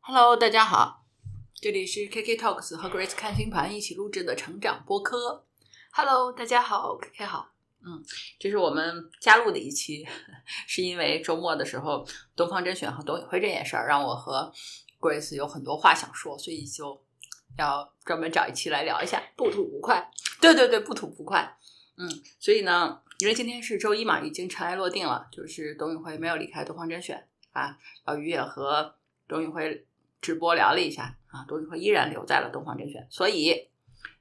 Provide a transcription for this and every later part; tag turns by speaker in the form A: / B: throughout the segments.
A: Hello，大家好，这里是 KK Talks 和 Grace 看星盘一起录制的成长播客，嗯
B: Hello，大家好，KK 好。
A: 这是我们加录的一期，是因为周末的时候东方甄选和董宇辉这件事儿，让我和 Grace 有很多话想说，所以就要专门找一期来聊一下，不吐不快。对对对，不吐不快。嗯，所以呢，因为今天是周一嘛，已经尘埃落定了，就是董宇辉没有离开东方甄选啊，老于也和董宇辉直播聊了一下啊，董宇辉依然留在了东方甄选，所以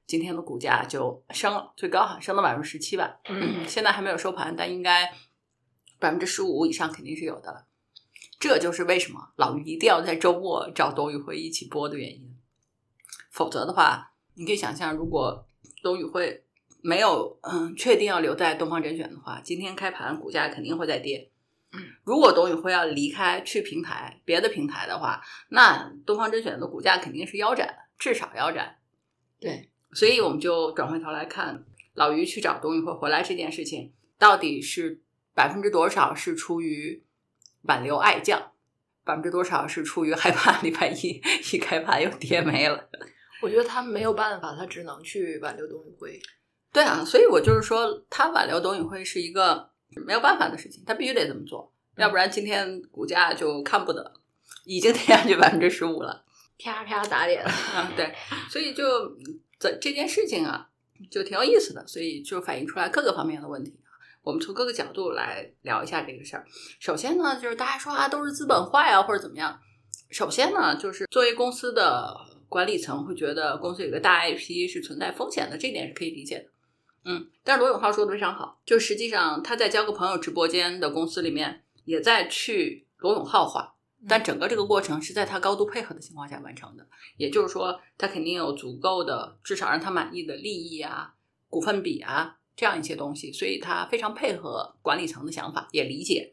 A: 今天的股价就升了，最高好像升到百分之十七吧，嗯， 现在还没有收盘，但应该百分之十五以上肯定是有的了。这就是为什么老于一定要在周末找董宇辉一起播的原因，否则的话，你可以想象，如果董宇辉没有嗯确定要留在东方甄选的话，今天开盘股价肯定会再跌。
B: 嗯，
A: 如果董宇辉要离开去平台别的平台的话，那东方甄选的股价肯定是腰斩，至少腰斩。
B: 对，
A: 所以我们就转回头来看老于去找董宇辉回来这件事情，到底是百分之多少是出于挽留爱将，百分之多少是出于害怕 礼拜一一开盘又跌没了。
B: 我觉得他没有办法，他只能去挽留董宇辉。
A: 对啊，所以我就是说，他挽留董宇辉是一个没有办法的事情，他必须得这么做，
B: 嗯
A: 要不然今天股价就看不得，已经跌下去百分之十五了。
B: 啪啪打脸，
A: 啊，对，所以就这这件事情啊，就挺有意思的，所以就反映出来各个方面的问题啊。我们从各个角度来聊一下这个事儿。首先呢，就是大家说啊，都是资本坏啊，或者怎么样。首先呢，就是作为公司的管理层会觉得公司有一个大 IP 是存在风险的，这点是可以理解的。嗯，但是罗永浩说的非常好，就实际上他在交个朋友直播间的公司里面，也在去罗永浩化，
B: 嗯
A: 但整个这个过程是在他高度配合的情况下完成的。也就是说，他肯定有足够的，至少让他满意的利益啊、股份比啊这样一些东西，所以他非常配合管理层的想法，也理解。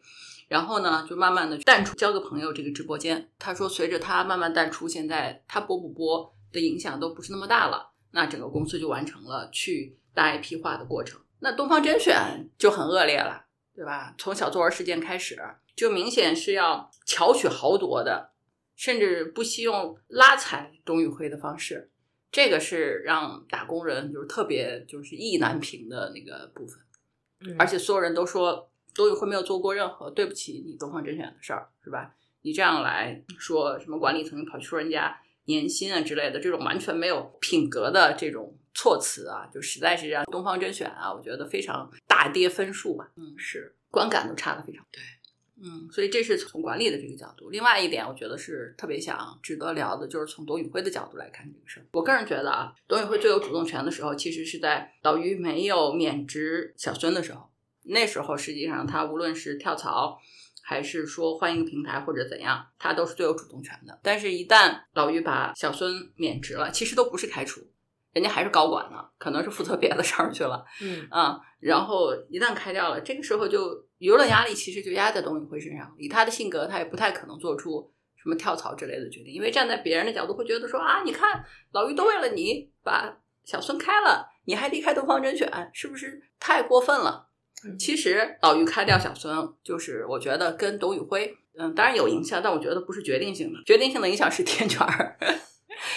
A: 然后呢，就慢慢的淡出交个朋友这个直播间。他说，随着他慢慢淡出，现在他播不播的影响都不是那么大了。那整个公司就完成了去大 IP 化的过程。那东方甄选就很恶劣了，对吧？从小作文事件开始，就明显是要巧取豪夺的，甚至不惜用拉踩董宇辉的方式，这个是让打工人就是特别就是意难平的那个部分。
B: 嗯
A: 而且所有人都说董宇辉没有做过任何对不起你东方甄选的事儿，是吧？你这样来说什么管理层跑去说人家年薪啊之类的，这种完全没有品格的这种措辞啊，就实在是让东方甄选啊，我觉得非常大跌分数吧。嗯，是观感都差的非常对。嗯，所以这是从管理的这个角度。另外一点，我觉得是特别想值得聊的，就是从董宇辉的角度来看这个事儿。我个人觉得啊，董宇辉最有主动权的时候，其实是在老于没有免职小孙的时候。那时候实际上他无论是跳槽，还是说换一个平台或者怎样，他都是最有主动权的。但是，一旦老于把小孙免职了，其实都不是开除，人家还是高管呢，可能是负责别的事儿去了。
B: 嗯，
A: 啊，然后一旦开掉了，这个时候就舆论压力其实就压在董宇辉身上。以他的性格，他也不太可能做出什么跳槽之类的决定，因为站在别人的角度会觉得说啊，你看老于都为了你把小孙开了，你还离开东方甄选，是不是太过分了？
B: 嗯
A: 其实老于开掉小孙，就是我觉得跟董宇辉，嗯，当然有影响，但我觉得不是决定性的，决定性的影响是天权儿。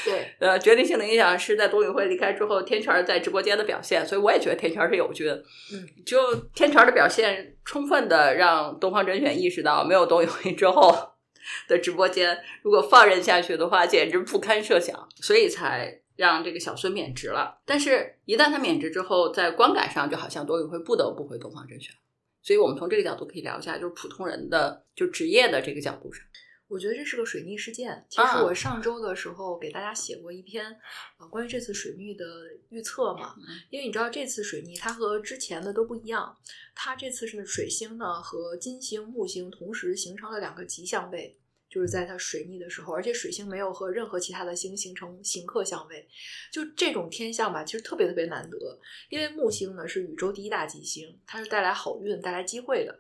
B: 对，
A: 呃，决定性的影响是在董宇辉离开之后，天权儿在直播间的表现，所以我也觉得天权儿是友军。
B: 嗯，
A: 就天权儿的表现，充分的让东方甄选意识到，没有董宇辉之后的直播间，如果放任下去的话，简直不堪设想，所以才让这个小孙免职了。但是，一旦他免职之后，在观感上就好像董宇辉不得不回东方甄选。所以我们从这个角度可以聊一下，就是普通人的就职业的这个角度上，
B: 我觉得这是个水逆事件。其实
A: 啊
B: 我上周的时候给大家写过一篇呃关于这次水逆的预测
A: 嗯
B: 嘛，因为你知道这次水逆它和之前的都不一样，它这次是水星呢和金星、木星同时形成了两个吉相位。就是在它水逆的时候，而且水星没有和任何其他的星形成行克相位，就这种天象吧，其实特别特别难得。因为木星呢是宇宙第一大吉星，它是带来好运、带来机会的，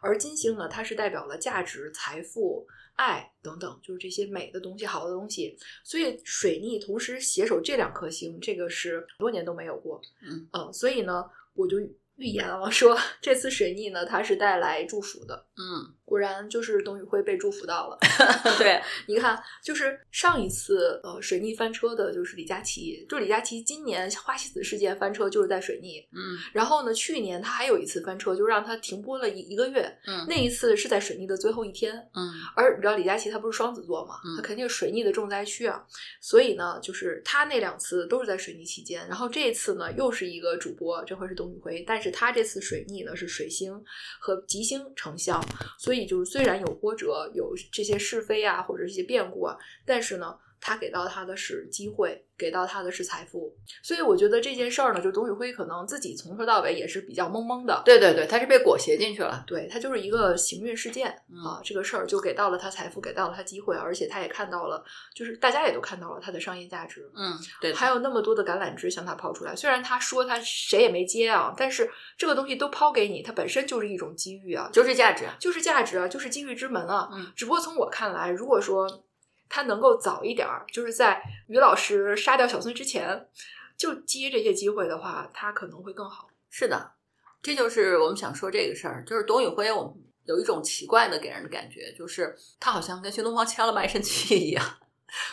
B: 而金星呢，它是代表了价值、财富、爱等等，就是这些美的东西、好的东西。所以水逆同时携手这两颗星，这个是很多年都没有过。
A: 嗯
B: 呃所以呢，我就预言了说，这次水逆呢，它是带来祝福的。
A: 嗯
B: 果然就是董宇辉被祝福到了。
A: 对，
B: 你看，就是上一次呃水逆翻车的就是李佳琦，就李佳琦今年花西子事件翻车就是在水逆，
A: 嗯
B: 然后呢，去年他还有一次翻车，就让他停播了一一个月，
A: 嗯
B: 那一次是在水逆的最后一天，
A: 嗯
B: 而你知道李佳琦他不是双子座嘛，
A: 嗯
B: 他肯定是水逆的重灾区啊，所以呢，就是他那两次都是在水逆期间，然后这一次呢又是一个主播，这回是董宇辉，但是他这次水逆呢是水星和吉星成相，所以就是虽然有波折，有这些是非啊或者这些变故啊，但是呢。他给到他的是机会，给到他的是财富，所以我觉得这件事儿呢，就董宇辉可能自己从头到尾也是比较懵懵的，
A: 对对对，他是被裹挟进去了。
B: 对，它就是一个行运事件、
A: 嗯
B: 啊，这个事儿就给到了他财富，给到了他机会，而且他也看到了，就是大家也都看到了他的商业价值。
A: 嗯，对的，
B: 还有那么多的橄榄枝向他抛出来，虽然他说他谁也没接啊，但是这个东西都抛给你，它本身就是一种机遇啊，
A: 就是价值。
B: 就是价值啊，就是机遇之门啊。
A: 嗯
B: 只不过从我看来，如果说他能够早一点儿，就是在于老师杀掉小孙之前就接这些机会的话，他可能会更好。
A: 是的，这就是我们想说这个事儿，就是董宇辉，我们有一种奇怪的给人的感觉，就是他好像跟新东方签了卖身契一样。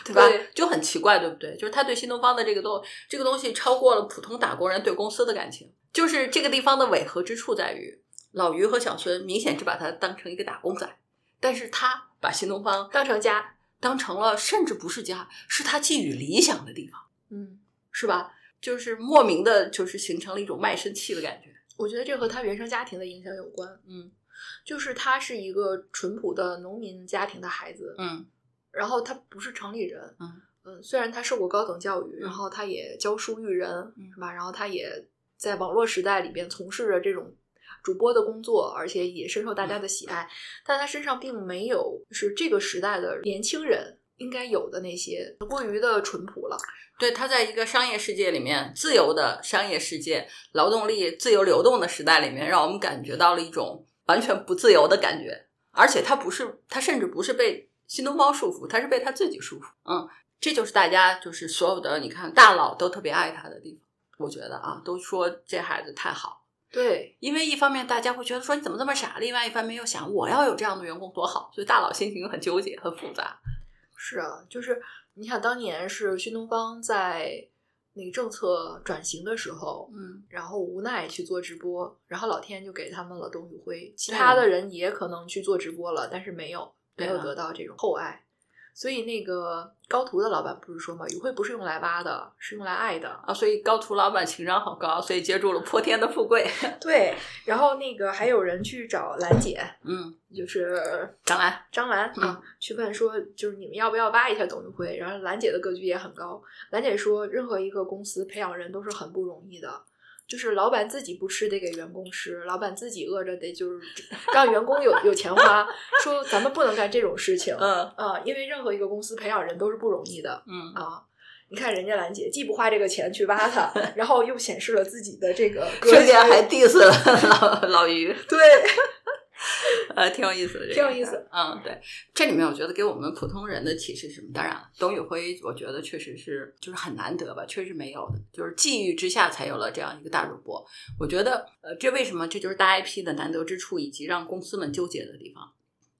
A: 对吧？
B: 对
A: 就很奇怪，对不对？就是他对新东方的这个东这个东西超过了普通打工人对公司的感情，就是这个地方的违和之处在于，老于和小孙明显只把他当成一个打工仔，但是他把新东方
B: 当成家，
A: 当成了甚至不是家，是他寄予理想的地方，
B: 嗯，
A: 是吧？就是莫名的，就是形成了一种卖身契的感觉。
B: 我觉得这和他原生家庭的影响有关。
A: 嗯
B: 就是他是一个淳朴的农民家庭的孩子，
A: 嗯
B: 然后他不是城里人，
A: 嗯
B: 虽然他受过高等教育，
A: 嗯
B: 然后他也教书育人，
A: 嗯
B: 是吧？然后他也在网络时代里边从事着这种主播的工作，而且也深受大家的喜爱，但他身上并没有就是这个时代的年轻人应该有的那些过于的淳朴了。
A: 对，他在一个商业世界里面，自由的商业世界，劳动力自由流动的时代里面，让我们感觉到了一种完全不自由的感觉。而且他不是，他甚至不是被新东方束缚，他是被他自己束缚。嗯，这就是大家就是所有的，你看大佬都特别爱他的地方，我觉得啊，都说这孩子太好了。
B: 对，
A: 因为一方面大家会觉得说你怎么这么傻，另外一方面又想我要有这样的员工多好，所以大佬心情很纠结、很复杂。
B: 是啊，就是你想当年是新东方在那个政策转型的时候，
A: 嗯，
B: 然后无奈去做直播，然后老天就给他们了董宇辉，其
A: 对
B: 他
A: 的
B: 的人也可能去做直播了，但是没有没
A: 对
B: 有
A: 的
B: 得到这种厚爱。所以那个高途的老板不是说嘛，宇辉不是用来挖的，是用来爱的。
A: 啊，所以高途老板情商好高，啊所以接住了泼天的富贵。
B: 对，然后那个还有人去找兰姐，
A: 嗯，
B: 就是
A: 张兰，
B: 张兰
A: 嗯
B: 啊，去问说，就是你们要不要挖一下董宇辉？然后兰姐的格局也很高，兰姐说，任何一个公司培养人都是很不容易的，就是老板自己不吃得给员工吃，老板自己饿着得就是 让员工有有钱花，说咱们不能干这种事情，
A: 嗯
B: 啊，因为任何一个公司培养人都是不容易的
A: 嗯，
B: 啊。你看人家兰姐既不花这个钱去 挖他，然后又显示了自己的这个格
A: 顺
B: 局，
A: 便还 diss 了 老老于，
B: 对，
A: 呃，挺有意思的，
B: 挺有意思。
A: 嗯，对，这里面我觉得给我们普通人的启示是什么？当然了，董宇辉，我觉得确实是就是很难得吧，确实没有的，就是际遇之下才有了这样一个大主播。我觉得，呃，这为什么这就是大 IP 的难得之处，以及让公司们纠结的地方。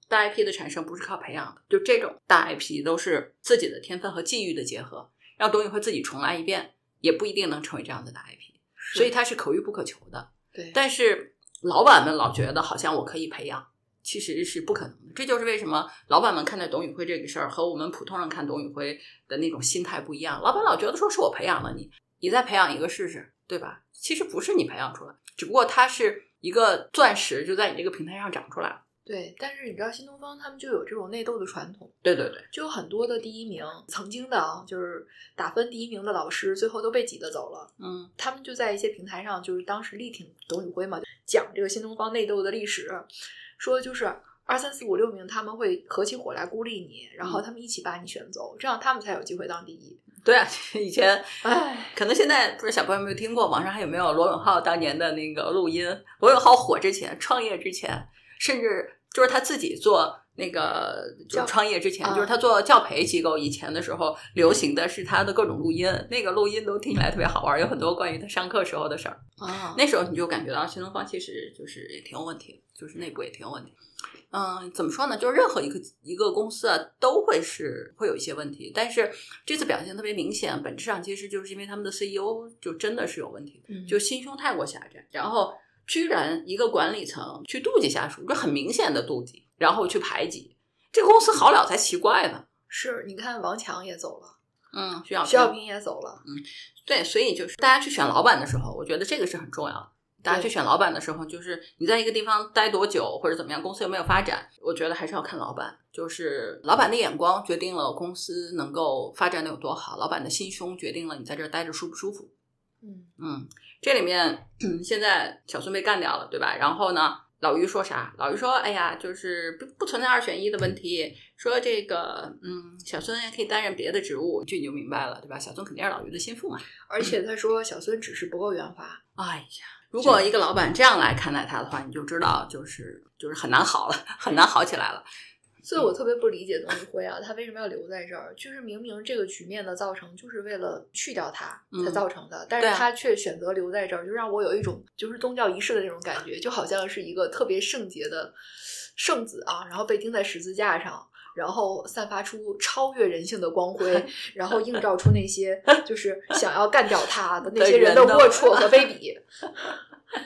A: 大 IP 的产生不是靠培养的，就这种大 IP 都是自己的天分和际遇的结合。让董宇辉自己重来一遍，也不一定能成为这样的大 IP，所以它是可遇不可求的。
B: 对
A: 但是老板们老觉得好像我可以培养，其实是不可能的。这就是为什么老板们看待董宇辉这个事儿和我们普通人看董宇辉的那种心态不一样。老板老觉得说是我培养了你，你再培养一个试试，对吧？其实不是你培养出来，只不过它是一个钻石，就在你这个平台上长出来了。
B: 对，但是你知道新东方他们就有这种内斗的传统。
A: 对对对，
B: 就有很多的第一名，曾经的啊，就是打分第一名的老师，最后都被挤得走了。
A: 嗯
B: 他们就在一些平台上，就是当时力挺董宇辉嘛，讲这个新东方内斗的历史，说就是二三四五六名他们会合起伙来孤立你，然后他们一起把你选走，这样他们才有机会当第一。
A: 对啊， 以前
B: 哎，
A: 可能现在不是小朋友没有听过，网上还有没有罗永浩当年的那个录音？罗永浩火之前，创业之前，甚至就是他自己做那个就
B: 教
A: 创业之前，
B: 啊
A: 就是他做教培机构以前的时候，流行的是他的各种录音，那个录音都听起来特别好玩，有很多关于他上课时候的事儿。
B: 啊
A: 那时候你就感觉到新东方其实就是也挺有问题的，就是内部也挺有问题。嗯，怎么说呢？就是任何一个一个公司啊，都会是会有一些问题，但是这次表现特别明显，本质上其实就是因为他们的 CEO 就真的是有问题的。
B: 嗯
A: 就心胸太过狭窄，然后居然一个管理层去妒忌下属，就很明显的妒忌，然后去排挤，这公司好了才奇怪呢。
B: 是你看王强也走了，
A: 嗯，徐小
B: 徐小
A: 平
B: 平也走了，
A: 对，所以就是大家去选老板的时候，我觉得这个是很重要的。大家去
B: 对
A: 选老板的时候，就是你在一个地方待多久或者怎么样，公司有没有发展，我觉得还是要看老板。就是老板的眼光决定了公司能够发展的有多好，老板的心胸决定了你在这儿待着舒不舒服。
B: 嗯
A: 嗯，这里面 现在小孙被干掉了，对吧？然后呢，老于说啥？老于说：“哎呀，就是不不存在二选一的问题，说这个，嗯，小孙也可以担任别的职务。”这你就明白了，对吧？小孙肯定是老于的心腹嘛。
B: 而且他说小孙只是不够圆滑，
A: 哎呀，如果一个老板这样来看待他的话，你就知道，就是就是很难好了，很难好起来了。
B: 所以我特别不理解董宇辉啊，他为什么要留在这儿？就是明明这个局面的造成，就是为了去掉他才
A: 嗯
B: 造成的，但
A: 对
B: 是
A: 啊
B: 他却选择留在这儿，就让我有一种就是宗教仪式的那种感觉，就好像是一个特别圣洁的圣子啊，然后被钉在十字架上。然后散发出超越人性的 光辉，然后映照出那些就是想要干掉他的那
A: 对
B: 些人
A: 人
B: 的
A: 的
B: 龌龊和卑鄙。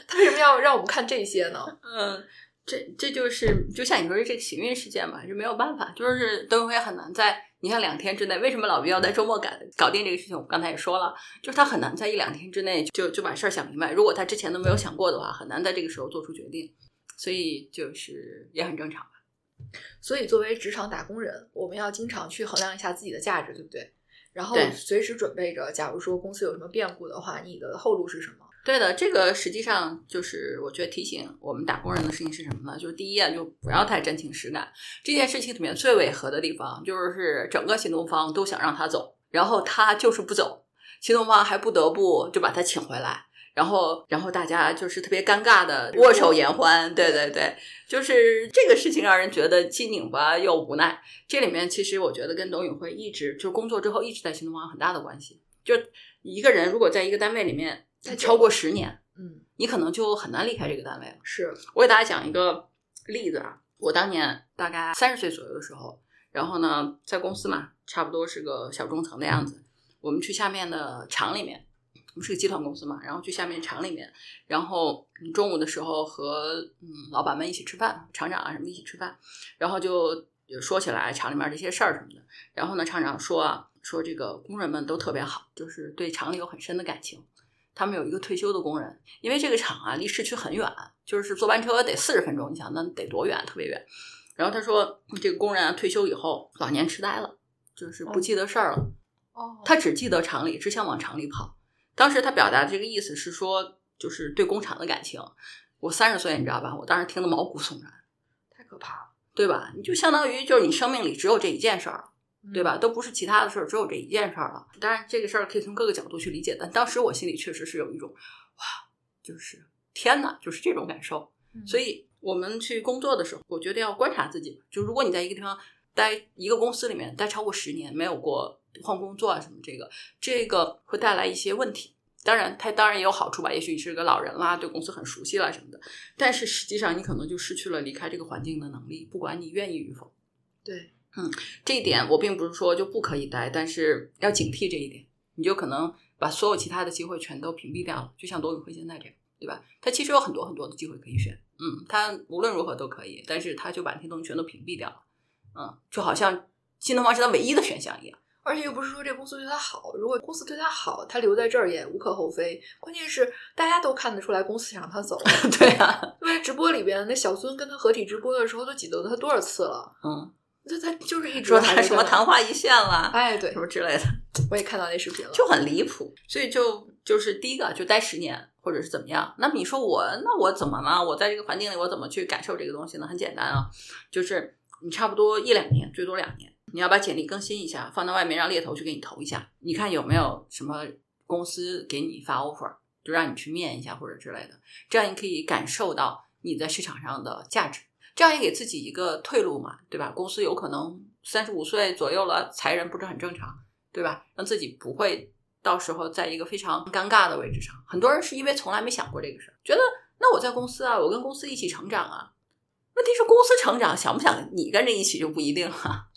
B: 他为什么要让我们看这些呢？
A: 嗯，这这就是就像你说的这个行运事件嘛，是没有办法，就是董宇辉很难在你看两天之内，为什么老于要在周末赶搞定这个事情？我刚才也说了，就是他很难在一两天之内就就把事儿想明白。如果他之前都没有想过的话，很难在这个时候做出决定，所以就是也很正常。
B: 所以，作为职场打工人，我们要经常去衡量一下自己的价值，对不对？然后
A: 对
B: 随时准备着，假如说公司有什么变故的话，你的后路是什么？
A: 对的，这个实际上就是我觉得提醒我们打工人的事情是什么呢？就是第一啊，就不要太真情实感。这件事情里面最违和的地方，就是整个新东方都想让他走，然后他就是不走，新东方还不得不就把他请回来。然后，然后大家就是特别尴尬的握手言欢，对对对，就是这个事情让人觉得既拧巴又无奈。这里面其实我觉得跟董宇辉一直就是工作之后一直在新东方有很大的关系。就一个人如果在一个单位里面
B: 太久
A: 超过
B: 了
A: 十年，
B: 嗯，
A: 你可能就很难离开这个单位了。
B: 是
A: 我给大家讲一个例子啊，我当年大概三十岁左右的时候，然后呢，在公司嘛，差不多是个小中层的样子，我们去下面的厂里面。我们是个集团公司嘛，然后去下面厂里面，然后嗯中午的时候和嗯老板们一起吃饭，厂长啊什么一起吃饭，然后就有说起来厂里面这些事儿什么的。然后呢，厂长说啊，说这个工人们都特别好，就是对厂里有很深的感情。他们有一个退休的工人，因为这个厂啊离市区很远，就是坐班车得四十分钟，你想那得多远？特别远。然后他说，这个工人啊退休以后老年痴呆了，就是不记得事儿了。
B: 哦
A: 他只记得厂里，只想往厂里跑。当时他表达的这个意思是说，就是对工厂的感情。我三十岁，你知道吧？我当时听得毛骨悚然，
B: 太可怕了，
A: 对吧？你就相当于就是你生命里只有这一件事儿，
B: 嗯
A: 对吧？？都不是其他的事儿，只有这一件事儿了。当然，这个事儿可以从各个角度去理解，但当时我心里确实是有一种，哇，就是天哪，就是这种感受。
B: 嗯
A: 所以我们去工作的时候，我觉得要观察自己。就如果你在一个地方待一个公司里面待超过十年，没有过换工作啊什么，这个这个会带来一些问题。当然，它当然也有好处吧。也许你是个老人啦，对公司很熟悉啦什么的，但是实际上你可能就失去了离开这个环境的能力，不管你愿意与否。嗯
B: 对，
A: 这一点我并不是说就不可以待，但是要警惕这一点，你就可能把所有其他的机会全都屏蔽掉了，就像董宇辉现在这样，对吧？他其实有很多很多的机会可以选，嗯，他无论如何都可以，但是他就把那些东西全都屏蔽掉了，嗯，就好像新东方是他唯一的选项一样，
B: 而且又不是说这公司对他好，如果公司对他好，他留在这儿也无可厚非。关键是大家都看得出来，公司想让他走。
A: 对啊，
B: 因为直播里边那小孙跟他合体直播的时候，都挤兑他多少次了？
A: 嗯，
B: 那他就是一直
A: 说
B: 还
A: 他
B: 是
A: 什么
B: 这样
A: 昙花一现啦，
B: 哎，对
A: 什，么之类的，
B: 我也看到那视频了。
A: 就很离谱。所以就就是第一个就待十年或者是怎么样，那么你说我那我怎么呢？我在这个环境里我怎么去感受这个东西呢？很简单啊，就是你差不多一两年，最多两年，你要把简历更新一下，放到外面让猎头去给你投一下，你看有没有什么公司给你发 offer，就让你去面一下或者之类的，这样你可以感受到你在市场上的价值。这样也给自己一个退路嘛，对吧？公司有可能三十五岁左右了裁人，不是很正常，对吧？让自己不会到时候在一个非常尴尬的位置上。很多人是因为从来没想过这个事儿，觉得那我在公司啊，我跟公司一起成长啊。问题是公司成长想不想你跟着一起就不一定了。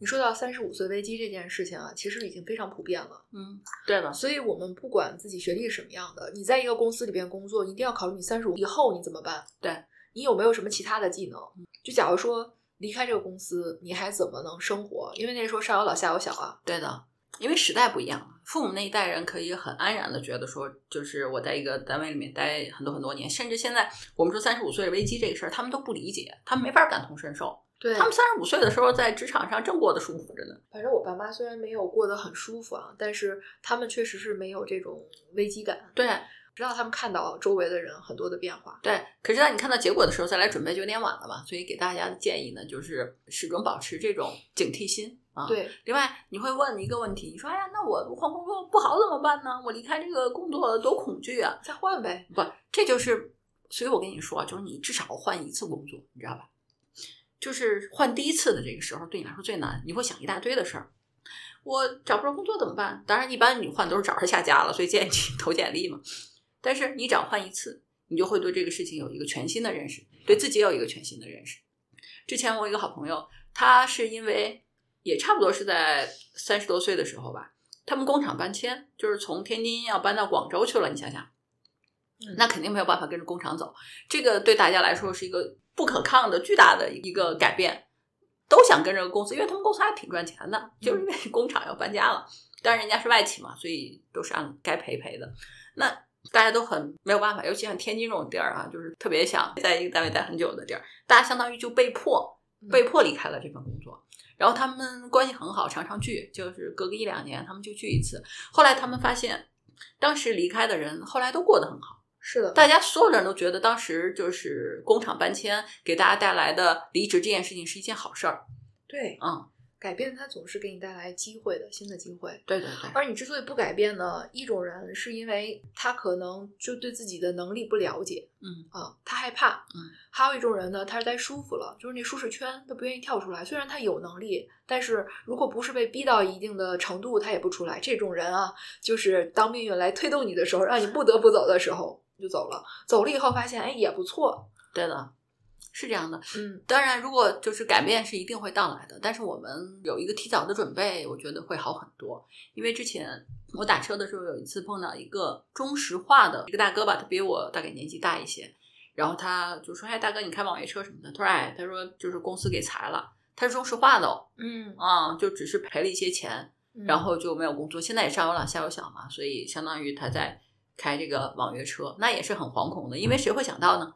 B: 你说到三十五岁危机这件事情啊，其实已经非常普遍了。
A: 嗯，对了，
B: 所以我们不管自己学历是什么样的，你在一个公司里边工作，你一定要考虑你三十五以后你怎么办。
A: 对
B: 你有没有什么其他的技能？就假如说离开这个公司，你还怎么能生活？因为那时候上有老下有小啊。
A: 对的，因为时代不一样了。父母那一代人可以很安然的觉得说，就是我在一个单位里面待很多很多年，甚至现在我们说三十五岁危机这个事儿，他们都不理解，他们没法感同身受。
B: 对
A: 他们三十五岁的时候在职场上正过得舒服着呢。
B: 反正我爸妈虽然没有过得很舒服啊，但是他们确实是没有这种危机感，
A: 对
B: 直到他们看到周围的人很多的变化。
A: 对，可是当你看到结果的时候再来准备就有点晚了嘛。所以给大家的建议呢，就是始终保持这种警惕心啊。。
B: 对，
A: 另外，你会问一个问题，你说：“哎呀，那我换工作不好怎么办呢？我离开这个工作多恐惧啊！”
B: 再换呗。
A: 不，这就是，所以我跟你说啊，就是你至少换一次工作，你知道吧？就是换第一次的这个时候，对你来说最难，你会想一大堆的事儿。我找不着工作怎么办？当然，一般你换都是找人下家了，所以建议你 投简历嘛。但是你只要换一次，你就会对这个事情有一个全新的认识，对自己有一个全新的认识。之前我有一个好朋友，他是因为也差不多是在三十多岁的时候吧，他们工厂搬迁，就是从天津要搬到广州去了，你想想，那肯定没有办法跟着工厂走。这个对大家来说是一个不可抗的巨大的一个改变，都想跟着公司，因为他们公司还挺赚钱的，就是因为工厂要搬家了。但是人家是外企嘛，所以都是按该赔赔的。那大家都很没有办法，尤其像天津这种地儿啊，就是特别想在一个单位待很久的地儿，大家相当于就被迫
B: 嗯
A: 被迫离开了这份工作。然后他们关系很好，常常聚，就是隔个一两年他们就聚一次。后来他们发现，当时离开的人后来都过得很好。
B: 是的，
A: 大家所有人都觉得当时就是工厂搬迁给大家带来的离职这件事情是一件好事儿。
B: 对，
A: 嗯，
B: 改变它总是给你带来机会的，新的机会。
A: 对对对，
B: 而你之所以不改变呢，一种人是因为他可能就对自己的能力不了解
A: 嗯
B: 啊，他害怕；
A: 嗯，
B: 还有一种人呢，他是待舒服了，就是那舒适圈，他不愿意跳出来。虽然他有能力，但是如果不是被逼到一定的程度，他也不出来。这种人啊，就是当命运来推动你的时候，让你不得不走的时候，你就走了。走了以后发现，哎，也不错。
A: 对的，是这样的。
B: 嗯，
A: 当然，如果就是改变是一定会到来的，但是我们有一个提早的准备，我觉得会好很多。因为之前我打车的时候有一次碰到一个中石化的一个大哥吧，他比我大概年纪大一些，然后他就说：“哎，大哥，你开网约车什么的？”他说：“哎，他说就是公司给裁了，他是中石化的哦，
B: 嗯，
A: 啊、就只是赔了一些钱。”然后就没有工作，现在也上有老下有小嘛，所以相当于他在开这个网约车，那也是很惶恐的，因为谁会想到呢？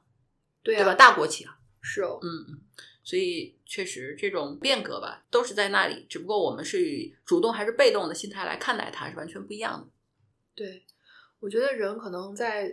B: 对
A: 对
B: 啊
A: 吧？大国企啊，
B: 是哦，
A: 嗯嗯，所以确实这种变革吧，都是在那里，只不过我们是以主动还是被动的心态来看待它，是完全不一样的。
B: 对，我觉得人可能在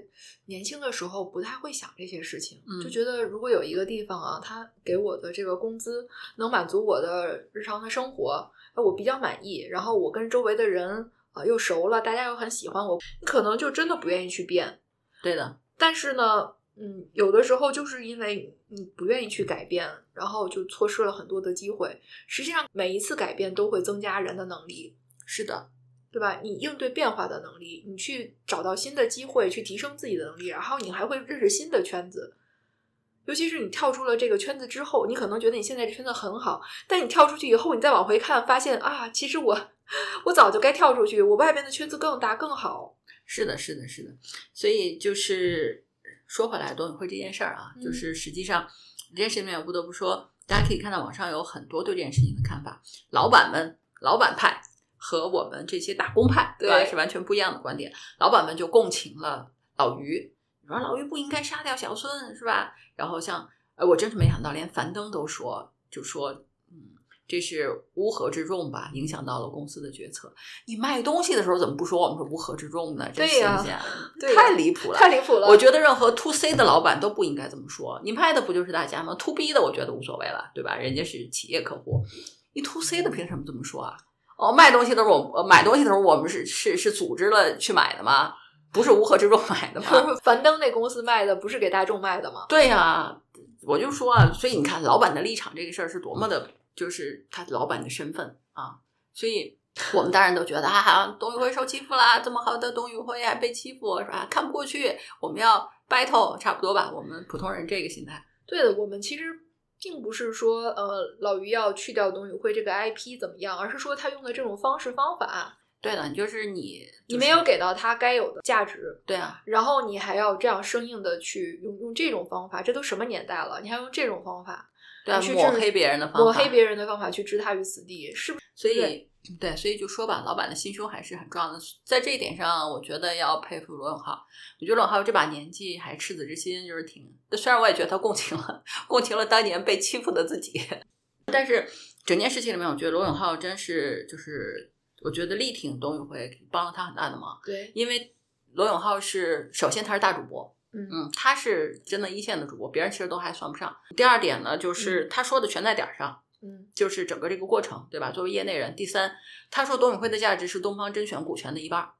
B: 年轻的时候不太会想这些事情，
A: 嗯
B: 就觉得如果有一个地方啊，他给我的这个工资能满足我的日常的生活，哎我比较满意，然后我跟周围的人啊、又熟了，大家又很喜欢我，你可能就真的不愿意去变。
A: 对的，
B: 但是呢，嗯，有的时候就是因为你不愿意去改变，然后就错失了很多的机会。实际上，每一次改变都会增加人的能力，
A: 是的，
B: 对吧？你应对变化的能力，你去找到新的机会，去提升自己的能力，然后你还会认识新的圈子。尤其是你跳出了这个圈子之后，你可能觉得你现在这圈子很好，但你跳出去以后，你再往回看，发现啊，其实我 我早就该跳出去，我外面的圈子更大更好。
A: 是的，是的，是的。所以就是说回来，董宇辉这件事儿啊，
B: 嗯
A: 就是实际上这件事情，我不得不说，大家可以看到网上有很多对这件事情的看法，老板们、老板派和我们这些打工派，对吧？
B: 对
A: 是完全不一样的观点。老板们就共情了老于，你说老于不应该杀掉小孙，是吧？然后像，哎，我真是没想到，连樊登都说，就说，嗯，这是乌合之众吧，影响到了公司的决策。你卖东西的时候怎么不说我们是乌合之众呢？真
B: 对
A: 新
B: 呀
A: 鲜，
B: 对呀
A: 太离谱了。
B: 太离谱了！
A: 我觉得任何 to C 的老板都不应该这么说。你卖的不就是大家吗？to B 的我觉得无所谓了，对吧？人家是企业客户，你 to C 的凭什么这么说啊？哦，卖东西的时候我们呃买东西的时候我们是是是组织了去买的吗？不是乌合之众买的吗？
B: 樊登那公司卖的不是给大众卖的吗？
A: 对呀、我就说啊，所以你看，老板的立场这个事儿是多么的，就是他老板的身份啊。所以我们当然都觉得啊，董宇辉受欺负啦，这么好的董宇辉还被欺负是吧？看不过去，我们要 battle，差不多吧？我们普通人这个心态，
B: 对的，我们其实并不是说呃老于要去掉董宇辉这个 IP 怎么样，而是说他用的这种方式方法，
A: 对的，就是你，
B: 你没有给到他该有的价值，
A: 对啊，
B: 然后你还要这样生硬的去用用这种方法，这都什么年代了，你还用这种方法
A: 对啊
B: 去，
A: 抹
B: 治
A: 黑别人的方法，
B: 抹黑别人的方法去置他于死地，是不是？
A: 所以对，所以就说吧，老板的心胸还是很重要的。在这一点上，我觉得要佩服罗永浩。我觉得罗永浩这把年纪还赤子之心，就是挺……虽然我也觉得他共情了，共情了当年被欺负的自己，但是整件事情里面，我觉得罗永浩真是就是，我觉得力挺董宇辉，帮了他很大的忙，
B: 对，
A: 因为罗永浩是首先他是大主播，
B: 嗯
A: 嗯，他是真的一线的主播，别人其实都还算不上。第二点呢，就是他说的全在点儿上。
B: 嗯
A: 就是整个这个过程，对吧？作为业内人，第三，他说董宇辉的价值是东方甄选股权的一半儿，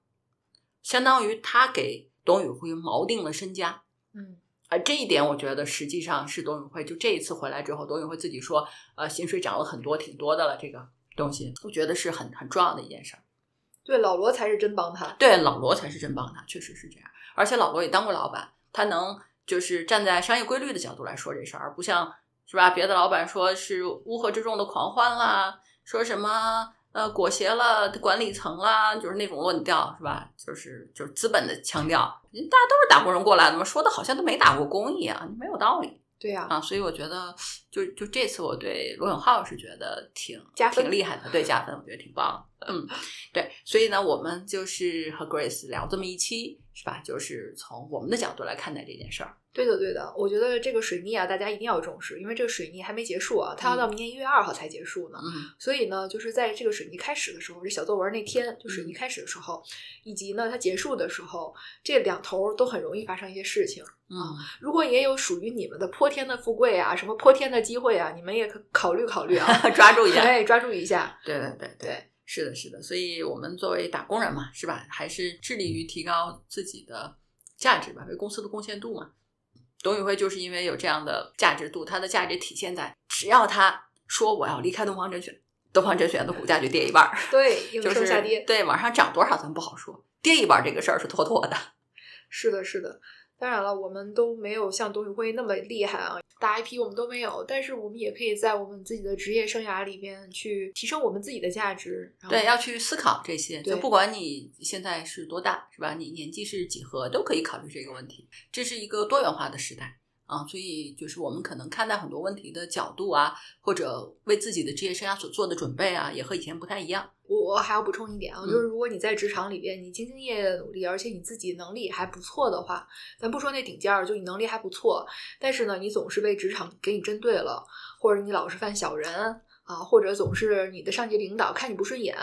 A: 相当于他给董宇辉锚定了身家。
B: 嗯
A: 而这一点，我觉得实际上是董宇辉就这一次回来之后，董宇辉自己说，呃，薪水涨了很多，挺多的了。这个东西，我觉得是很很重要的一件事儿。
B: 对，老罗才是真帮他，
A: 对老罗才是真帮他，确实是这样。而且老罗也当过老板，他能就是站在商业规律的角度来说这事儿，而不像是吧？别的老板说是乌合之众的狂欢啦，说什么呃裹挟了管理层啦，就是那种论调是吧？就是就是资本的腔调，人大家都是打工人过来的嘛，说的好像都没打过工一样，没有道理
B: 对呀、
A: 啊。所以我觉得，就就这次我对罗永浩是觉得挺
B: 加分
A: 挺厉害的，对加分，我觉得挺棒的。 嗯，对，所以呢，我们就是和 Grace 聊这么一期，是吧？就是从我们的角度来看待这件事儿。
B: 对的，对的，我觉得这个水逆啊，大家一定要重视，因为这个水逆还没结束啊，它要到明年一月二号才结束呢。
A: 嗯
B: 所以呢，就是在这个水逆开始的时候，这小作文那天，就水
A: 嗯
B: 逆开始的时候，以及呢它结束的时候，这两头都很容易发生一些事情。
A: 嗯，
B: 如果也有属于你们的泼天的富贵啊，什么泼天的机会啊，你们也可考虑考 虑啊，
A: 抓住一 下。
B: 哎，抓住 一下。
A: 对对对
B: 对，
A: 是的，是的。所以我们作为打工人嘛，是吧？还是致力于提高自己的价值吧，为公司的贡献度嘛。董宇辉就是因为有这样的价值度，他的价值体现在只要他说我要离开东方甄选，东方甄选的股价就跌一半 儿，
B: 对，应
A: 就
B: 声
A: 是
B: 下跌。
A: 对，往上涨多少咱不好说，跌一半儿这个事儿是妥妥的。
B: 是的，是的。当然了，我们都没有像董宇辉那么厉害啊，大 IP 我们都没有，但是我们也可以在我们自己的职业生涯里边去提升我们自己的价值。然后
A: 对，，要去思考这些，就
B: 哦对
A: 不管你现在是多大，是吧？你年纪是几何，都可以考虑这个问题。这是一个多元化的时代啊，所以就是我们可能看待很多问题的角度啊，或者为自己的职业生涯所做的准备啊，也和以前不太一样。
B: 我我还要补充一点啊，
A: 嗯
B: 就是如果你在职场里边你兢兢业业地努力，而且你自己能力还不错的话，咱不说那顶尖儿，就你能力还不错，但是呢，你总是被职场给你针对了，或者你老是犯小人。啊，或者总是你的上级领导看你不顺眼，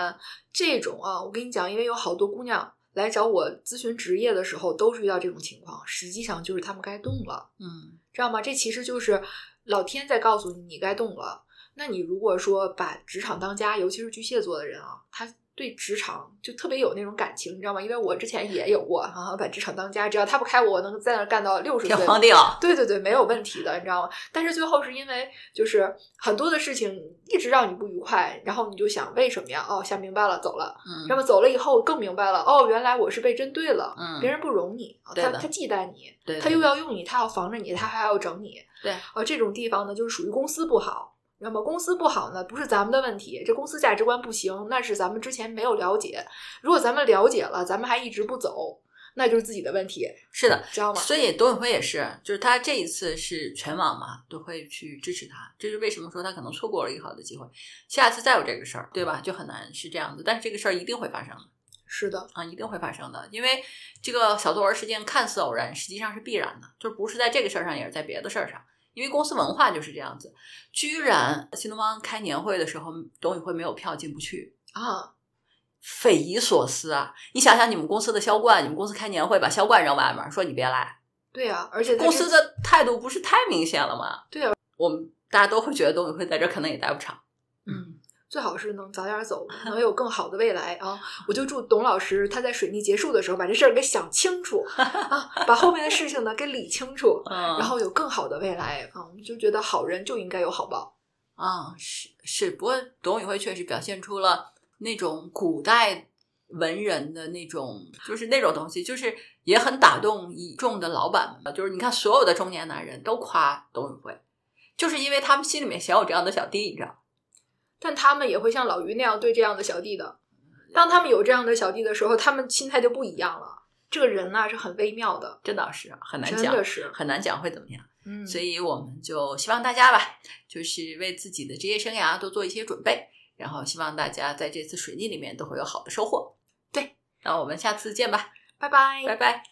B: 这种啊，我跟你讲，因为有好多姑娘来找我咨询职业的时候，都是遇到这种情况，实际上就是她们该动了。
A: 嗯，
B: 知道吗？这其实就是老天在告诉你，你该动了。那你如果说把职场当家，尤其是巨蟹座的人啊，他对职场就特别有那种感情，你知道吗？因为我之前也有过啊，把职场当家，只要他不开我，我能在那儿干到六十
A: 天
B: 岁。
A: 荒地老。
B: 对对对，没有问题的，你知道吗？但是最后是因为就是很多的事情一直让你不愉快，然后你就想为什么呀？哦，想明白了，走了。
A: 嗯
B: 那么走了以后更明白了，哦，原来我是被针对了，
A: 嗯
B: 别人不容你，啊
A: 对
B: 他
A: 的
B: 他忌惮你，
A: 对
B: 他
A: 的
B: 又要用你，他要防着你，他还要整你，
A: 对
B: 而这种地方呢，就是属于公司不好。那么公司不好呢，不是咱们的问题，这公司价值观不行，那是咱们之前没有了解。如果咱们了解了，咱们还一直不走，那就是自己的问题，
A: 是的，
B: 知道吗？
A: 所以董宇辉也是，就是他这一次是全网嘛都会去支持他，这是为什么说他可能错过了一个好的机会，下次再有这个事儿，对吧？就很难是这样子，但是这个事儿一定会发生的。
B: 是的，
A: 啊，一定会发生的，因为这个小作文事件看似偶然，实际上是必然的，就不是在这个事儿上，也是在别的事儿上。因为公司文化就是这样子。居然新东方开年会的时候，董宇辉没有票进不去，
B: 啊，
A: 匪夷所思啊！你想想，你们公司的销冠，你们公司开年会把销冠扔外面，说你别来，
B: 对啊，而且他
A: 公
B: 这
A: 司的态度不是太明显了吗？
B: 对啊，
A: 我们大家都会觉得董宇辉在这儿可能也待不长。
B: 嗯，最好是能早 点走，能有更好的未来啊！我就祝董老师他在水逆结束的时候把这事儿给想 清楚啊，把后面的事情呢给理清楚，
A: 嗯
B: 然后有更好的未来啊！我们就觉得好人就应该有好报，
A: 啊，是是，不过董宇辉确实表现出了那种古代文人的那种，就是那种东西，就是也很打动一众的老板们。就是你看，所有的中年男人都夸董宇辉，就是因为他们心里面想有这样的小弟，你知道？
B: 但他们也会像老于那样对这样的小弟的。当他们有这样的小弟的时候，他们心态就不一样了。这个人呐、是很微妙的，
A: 这倒是很难
B: 真
A: 讲
B: 的，是，
A: 很难讲会怎么样。
B: 嗯，
A: 所以我们就希望大家吧，就是为自己的职业生涯多做一些准备，然后希望大家在这次水逆里面都会有好的收获。对，那我们下次见吧，
B: 拜拜，
A: 拜拜。